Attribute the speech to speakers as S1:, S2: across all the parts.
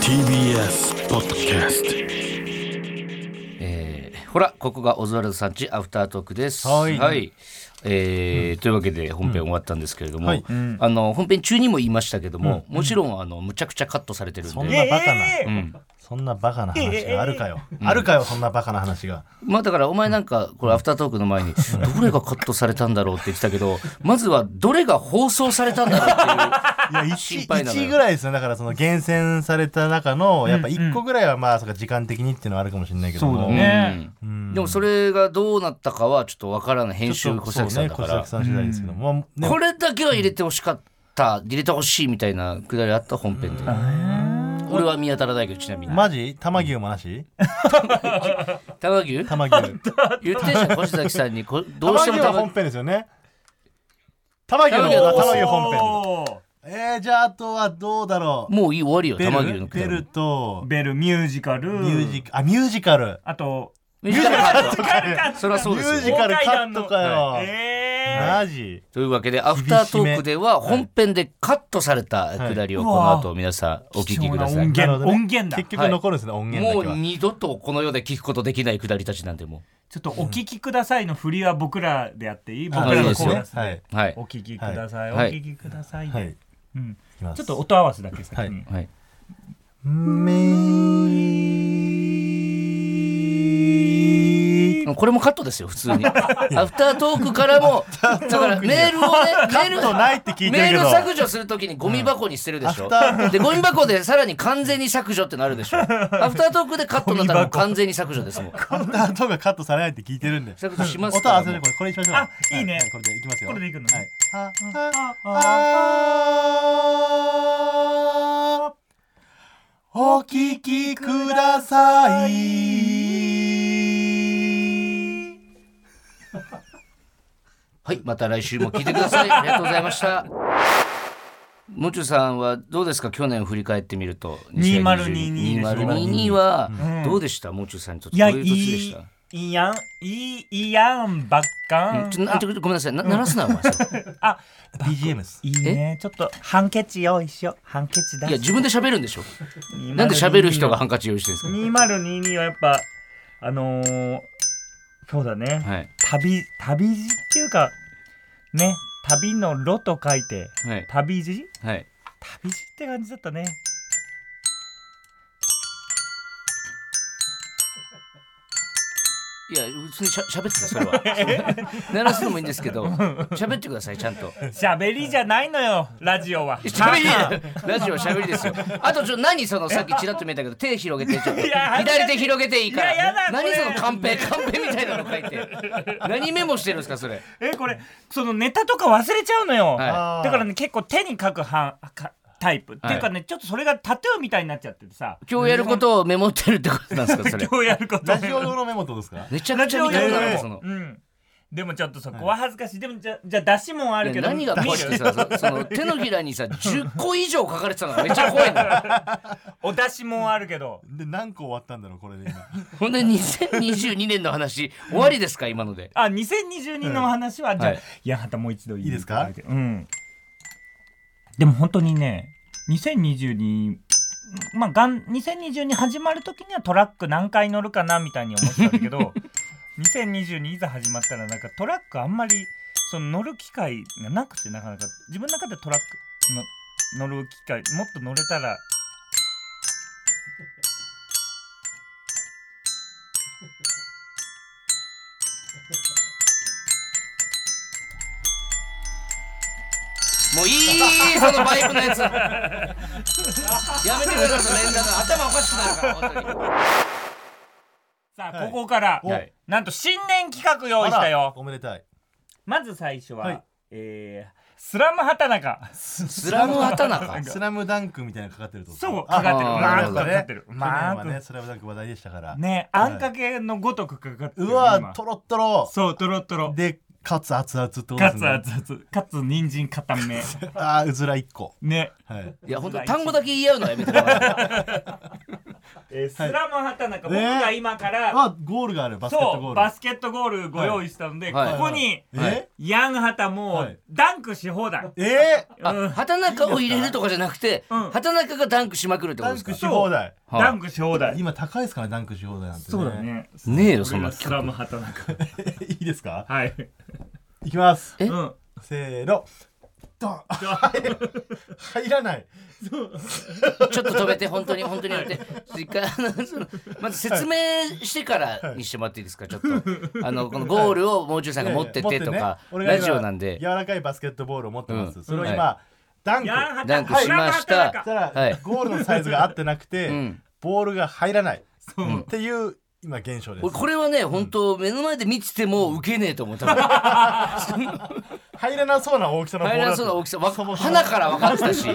S1: TBS ポッドキャスト
S2: えーほらここがオズワルドさんちアフタートークです。
S3: はい
S2: えーというわけで本編終わったんですけれども、
S3: はい
S2: あの本編中にも言いましたけども、もちろんあのむちゃくちゃカットされてるん
S3: そん
S2: で。
S3: なバカな、
S2: うん
S3: そんなバカな話があるかよ、あるかよそんなバカな話が
S2: まあだからお前なんかこれアフタートークの前にどれがカットされたんだろうって言ってたけどまずはどれが放送されたんだろうって
S3: いや
S2: いう
S3: 1,
S2: 心配なの
S3: ぐ
S2: よ。
S3: らいですねだからその厳選された中のやっぱ1個ぐらいはまあそうか時間的にっていうのはあるかもしれないけども
S4: そうだね
S2: うんでもそれがどうなったかはちょっとわからない編
S3: ちょ
S2: 集
S3: っと
S2: 小
S3: そう
S2: 崎さん
S3: ね
S2: だ
S3: 小
S2: から
S3: 崎さん次第ですけども、まあね
S2: これだけは入れてほしかった入れてほしいみたいなくだりあった本編で俺は見当たらないけどちなみに
S3: マジ玉牛もなし
S2: 玉牛言
S3: 玉牛
S2: ってんじゃん越崎さんにこ どう
S3: 玉
S2: して
S3: 牛
S2: も
S3: は
S2: 玉
S3: 本
S2: 牛
S3: 編ですよね玉牛の
S2: 玉牛
S3: 玉牛本編
S4: おー
S3: えー、じゃああとはどうだろう
S2: もういい終わりよ
S3: ベ
S2: 玉牛の
S3: ル
S2: くだ
S3: ベル
S2: り
S3: と
S4: ベルミュージカル
S3: ミュージックあミュージカル
S4: あと
S2: ミュージカルカッ
S4: カ
S2: トそりゃそう
S3: ミ
S2: で
S3: ュー
S2: す
S3: ジ
S2: よ
S3: カルカットかよ、
S4: えー、
S3: マジ
S2: というわけでアフタートークでは本編でカットされたくだりをこの後皆さんお聞きください
S4: 貴重
S3: なる
S4: な音源
S3: ほどね
S4: 音源だ
S3: 結局残るんですね、音
S2: も
S3: 源だけは
S2: う二度とこの世で聞くことできないくだりたちなんでも
S4: ちょっとお聞きくださいの振りは僕らでやっていい僕
S3: あ
S4: ら
S2: いい
S4: の
S2: です
S4: コ
S2: よ
S4: ーラスで、
S3: はい
S2: はい
S4: お聞きください、
S2: はい
S4: お聞きください、
S3: はいい
S4: うん、
S3: きます
S4: ちょっと音合わせだけ先に、
S2: はいこれもカットですよ普通 にアフタートークからもだからメールをねメール
S3: ットないって聞いてる
S2: メ
S3: け
S2: ー
S3: ど
S2: ル削除するときにゴミ箱に捨てるでしょ、
S3: うんアフター
S2: でゴミ箱でさらに完全に削除ってなるでし ょアフタートークでカットになったらもう完全に削除ですもん
S3: カウンターとかカットされないって聞いてるんで
S2: 削除します
S3: 音
S2: から
S3: 合わせでこれこれにしましょう
S4: あいいね
S3: はこれでいきますよ
S4: これでいくのね
S3: はいあああお聞きください
S2: はいまた来週も聞いてくださいありがとうございましたもちゅさんはどうですか去年振り返ってみると
S4: 2022
S2: 2022は
S4: うん
S2: どうでしたもちゅさんにとって
S4: い
S2: どう
S4: や
S2: いう
S4: い
S2: 年でした
S4: いいやんいいいやんばっかん
S2: ちょな
S4: あ
S2: ちょごめんなさい、な鳴らすな、お前。そ れ
S3: BGM です
S4: いいねちょっとハンケチ用意しようハンケチだ
S2: いや、自分で喋るんでしょ。
S4: 2022
S2: なんで喋る人がハンカチ用意してるんです
S4: 2022はやっぱあのー、そうだね、
S2: か。はい。
S4: 旅旅路っていうかね旅の路と書いて
S2: はい。
S4: 旅路
S2: はい。
S4: 旅路って感じだったね
S2: いや、普通にしゃ喋ってた、それは。 鳴らすのもいいんですけど、喋ってください、ちゃんと。
S4: 喋りじゃないのよラジオは
S2: 喋り ラジオは喋りですよ。あと、ちょ、何その、さっきちらっと見えたけど、手広げて、ちょっと。
S4: いや
S2: 左手広げていいから。
S4: いややだこ
S2: 何
S4: れ
S2: そのカンペ、カンペみたいなの書いて。何メモしてるんですか、それ。
S4: えこれそのネタとか忘れちゃうのよ、
S2: はい
S3: あー
S4: だからね結構手に書くはんかタイプ、っていうかねちょっとそれがタトゥーみたいになっちゃっててさ
S2: 今日やることをメモってるってことなんですか、それ。
S4: 今日やること
S3: ラジオ用のメモってことです か
S2: めちゃくちゃ見たくなる
S3: ラジ
S2: も
S3: オ
S2: んその。
S3: 用
S4: うんでもちょっとそこは恥ずかしい、でもじゃじゃあ出しもんある
S2: い
S4: け
S2: や
S4: ど
S2: 何が
S4: 見
S2: 怖いって
S4: る
S2: さそその手のひらにさ10個以上書かれてたのがめっちゃ怖 いのよ
S4: お出しもんあるけど
S3: で何個終わったんだろうこれで 今
S2: ほんで2022年の話終わりですか今ので
S4: あ2022の話は、じゃあ、
S2: はい
S4: い、やはたもう一度い
S3: いいですか
S4: うんでも本当にね2022まあがん2022始まる時にはトラック何回乗るかなみたいに思ってたんだけ ど2022いざ始まったらなんかトラックあんまりその乗る機会がなくてなかなか自分の中でトラックの乗る機会もっと乗れたら
S2: もういいそのバイクのやつやめてください連打の頭おかしくなるから本当に
S4: さあ、
S3: はい
S4: ここから、
S3: お
S2: はい
S4: なんと新年企画用意したよ
S3: あらおめでたい
S4: まず最初は、
S3: はい
S4: えースラム畑中
S2: スラム畑中
S3: スラムダンクみたいなのかかってるってこと
S4: そう
S3: あ
S4: かかってる
S2: あー
S4: マーク
S2: な
S4: か
S2: る
S4: かってるマ
S3: 去
S4: ー
S3: 年はね
S4: ク
S3: スラムダンク話題でしたから
S4: ねあんかけのごとくかかってる
S3: う
S4: よ
S3: わ
S4: 今
S3: とろっとろ
S4: そうとろとろ
S3: でかつ熱々ってことで
S4: か
S3: す
S4: つ
S3: ね
S4: 熱々かつ人参固め
S3: あーうずら一個
S4: ね
S3: はい
S2: いや本当単語だけ言い合うのはやめてください
S4: えースラム畑中、
S3: ね
S4: 僕が今から、
S3: あ、ゴールがある、バスケットゴ
S4: そう
S3: ール。
S4: バスケットゴールご用意したので、
S2: はい
S4: ここに、
S2: はい
S3: え
S4: ヤン畑も
S3: は
S4: う
S3: い
S4: ダンクし放題、
S3: えー
S4: う
S2: あ
S4: ん
S2: 畑中を入れるとかじゃなくて
S4: うん
S2: 畑中がダンクしまくるってこ
S3: ダ
S2: とです
S3: ン
S2: か
S3: クし放題。
S2: はい
S4: ダンクし放題
S3: 今高いですから、ダンクし放題なんて。
S4: そうだ。ね
S2: ねえよそんな
S4: スラム畑中
S3: いいですか
S4: はい
S3: いきます。
S2: え
S4: うん
S3: せーの。 ドン入らない。
S2: ちょっと止めて本当に本当にやめて一回あのそのまず説明してからにしてもらっていいですかちょっとあのこのゴールをもう中さんが持っててとか
S3: 持ってね俺が今
S2: ラジオなんで
S3: 柔らかいバスケットボールを持ってま
S2: うん
S3: す。それを今、ダンク。
S4: ヤン
S2: ダン
S4: 畑
S2: クしました
S4: スラム畑中
S3: したら、
S2: はい
S3: ゴールのサイズが合ってなくて、
S2: うん
S3: ボールが入らないっていう今現象です
S2: 俺これはね本当目の前で見てても受けねえと思った
S3: 入らなそうな大きさのボー
S2: 入らな
S3: ルだった
S2: そうな大きさわ
S3: そもそも
S2: 花から分かってたし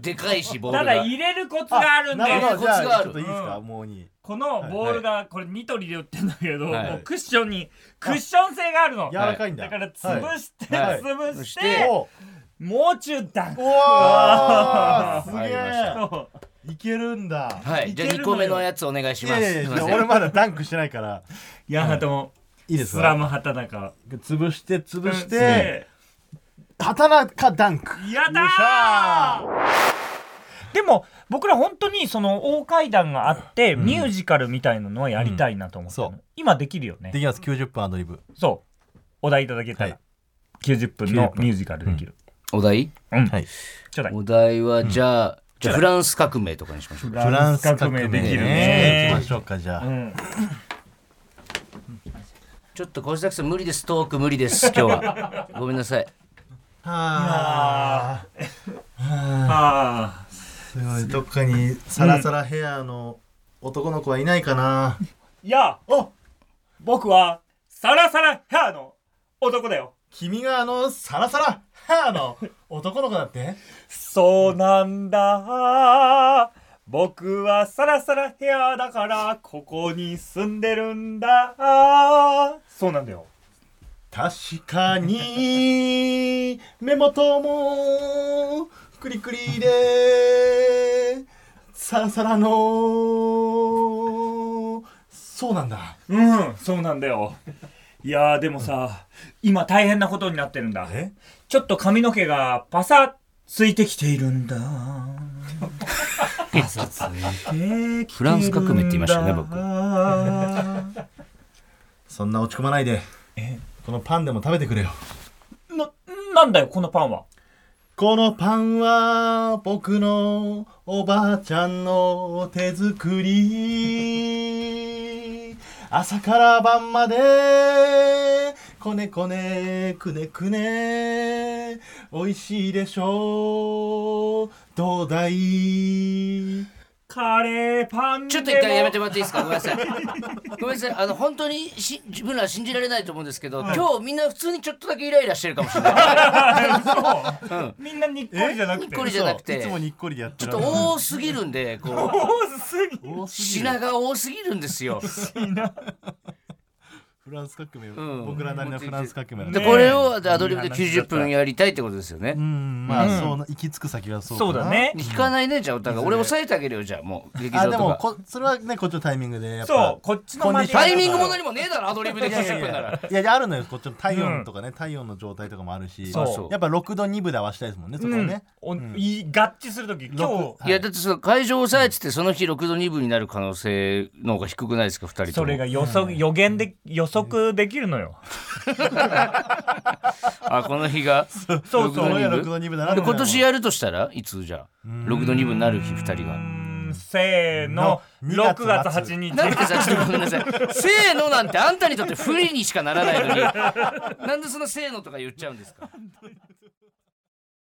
S2: でかいしボー
S4: た
S2: ル
S4: だ
S2: が
S4: 入れるコツがあるんで
S3: なるほどじ
S2: コツが
S3: ゃ
S2: あ
S3: あ
S2: る
S3: ちょっといいですか、もうに
S4: このボールがこれニトリで売ってんだけど、
S2: はい
S4: もうクッションにクッション性があるの
S3: 柔らかいんだ、
S4: だから潰して、
S2: はい
S4: 潰して、
S2: はい
S3: お
S4: もう中ダンク
S3: おーすげ
S2: 入りました
S3: え
S4: そう
S3: いけるんだ
S2: はいじゃあ
S4: い
S2: 2
S4: けるのよ
S2: 個目のやつお願いし
S3: い
S2: ま
S3: や
S2: す
S3: いや
S2: す
S3: い
S2: い
S3: や
S2: ません
S3: 俺まだダンクしてないから
S4: ヤンハタも
S3: いいです
S4: スラ
S3: ム
S4: ム畑中
S3: 潰して潰し
S4: で
S3: て、刀かダンク
S4: や
S3: よっしゃ
S4: だーでも僕ら本当にその大階段があって、ミュージカルみたいなのはやりたいなと思って、
S3: うんそう
S4: 今できるよね
S3: できます90分アドリブ
S4: そうお題いただけたら、
S3: はい
S4: 90分のミュージカルできる、
S2: お題
S3: はい
S4: ちょうだい
S2: お題はじゃあじゃあフランス革命とかにしましょう
S4: フ
S2: か
S3: フランス革命
S4: でき
S3: 行
S4: るね
S3: きましょうかじゃあ、
S4: うん
S2: ちょっと小崎さん無理ですトーク無理です今日はごめんなさい
S3: はあ
S4: あー
S3: すごいどっかにサラサラヘアの男の子はいないかな、
S4: いや
S3: お
S4: 僕はサラサラヘアの男だよ
S3: 君があのサラサラヘアの男の子だって
S4: そうなんだ僕はサラサラヘアだからここに住んでるんだそうなんだよ
S3: 確かに目元もクリクリでサラサラのそうなんだ
S4: うんそうなんだよいやーでもさ今大変なことになってるんだ
S3: え
S4: ちょっと髪の毛がパサついてきているんだ
S2: フランス革命って言いましたよね僕
S4: 僕
S3: そんな落ち込まないで
S4: え
S3: このパンでも食べてくれよ
S4: ななんだよこのパンは
S3: このパンは僕のおばあちゃんの手作 り朝から晩までこねこねくねくね美味しいでしょうどうだい
S4: カレーパン
S2: ちょっと一回やめてもらっていいですかごめんなさい。ごめんなさい。あの、本当にし自分らは信じられないと思うんですけど、今日みんな普通にちょっとだけイライラしてるかもしれない。
S4: そうみんなにっこりじゃなく
S2: にってこりじゃなくて
S3: いつもにっこりでやって
S2: ちょっ
S3: る
S2: と多すぎるんで、こ
S4: 多すぎ
S3: 多
S2: う、
S3: すぎる
S2: 品が多すぎるんですよ。
S3: フランス革命、
S2: ん
S3: 僕らなりのフランス革命だ
S2: で、
S3: ね
S4: ね
S2: これをアドリブで90分やりたいってことですよね
S3: う。んまあ
S4: うん
S3: そうな行き着く先はそうか
S4: そ
S3: な
S4: うだね
S2: 聞かないね、じゃあお互い。俺抑えてあげるよ、じゃあもう。劇
S3: あ
S2: 場
S3: でも
S2: とか。
S3: こそれはねこっちのタイミングでやっぱ
S4: そうこっちのマジ
S2: タイミングも何もねえだろ、アドリブで90分なら。
S3: いやいやあるのよこっちの体温とかね、体温の状態とかもあるし
S4: そう
S2: あそう
S3: やっぱ6度2分で合わせたいですもんねそこはね、
S4: おいい合致するとき今日
S3: 六
S2: いや、だってその会場を抑えてて、その日6度2分になる可能性の方が低くないですか、2人とも。
S4: それが予測予言で予測できるのよ
S2: あ、この日が。
S4: そうそう
S2: 六度二分
S3: 6度2分だな
S2: で今年やるとしたらいつじゃあ6度2分になる日2人が。
S4: うんせーの
S3: の
S4: 6
S3: 2
S4: 月
S3: 月
S4: 8日
S2: なんでさちょっとごめん なさい「せーの」なんてあんたにとって不利にしかならないのになんでそんな「せーの」とか言っちゃうんですか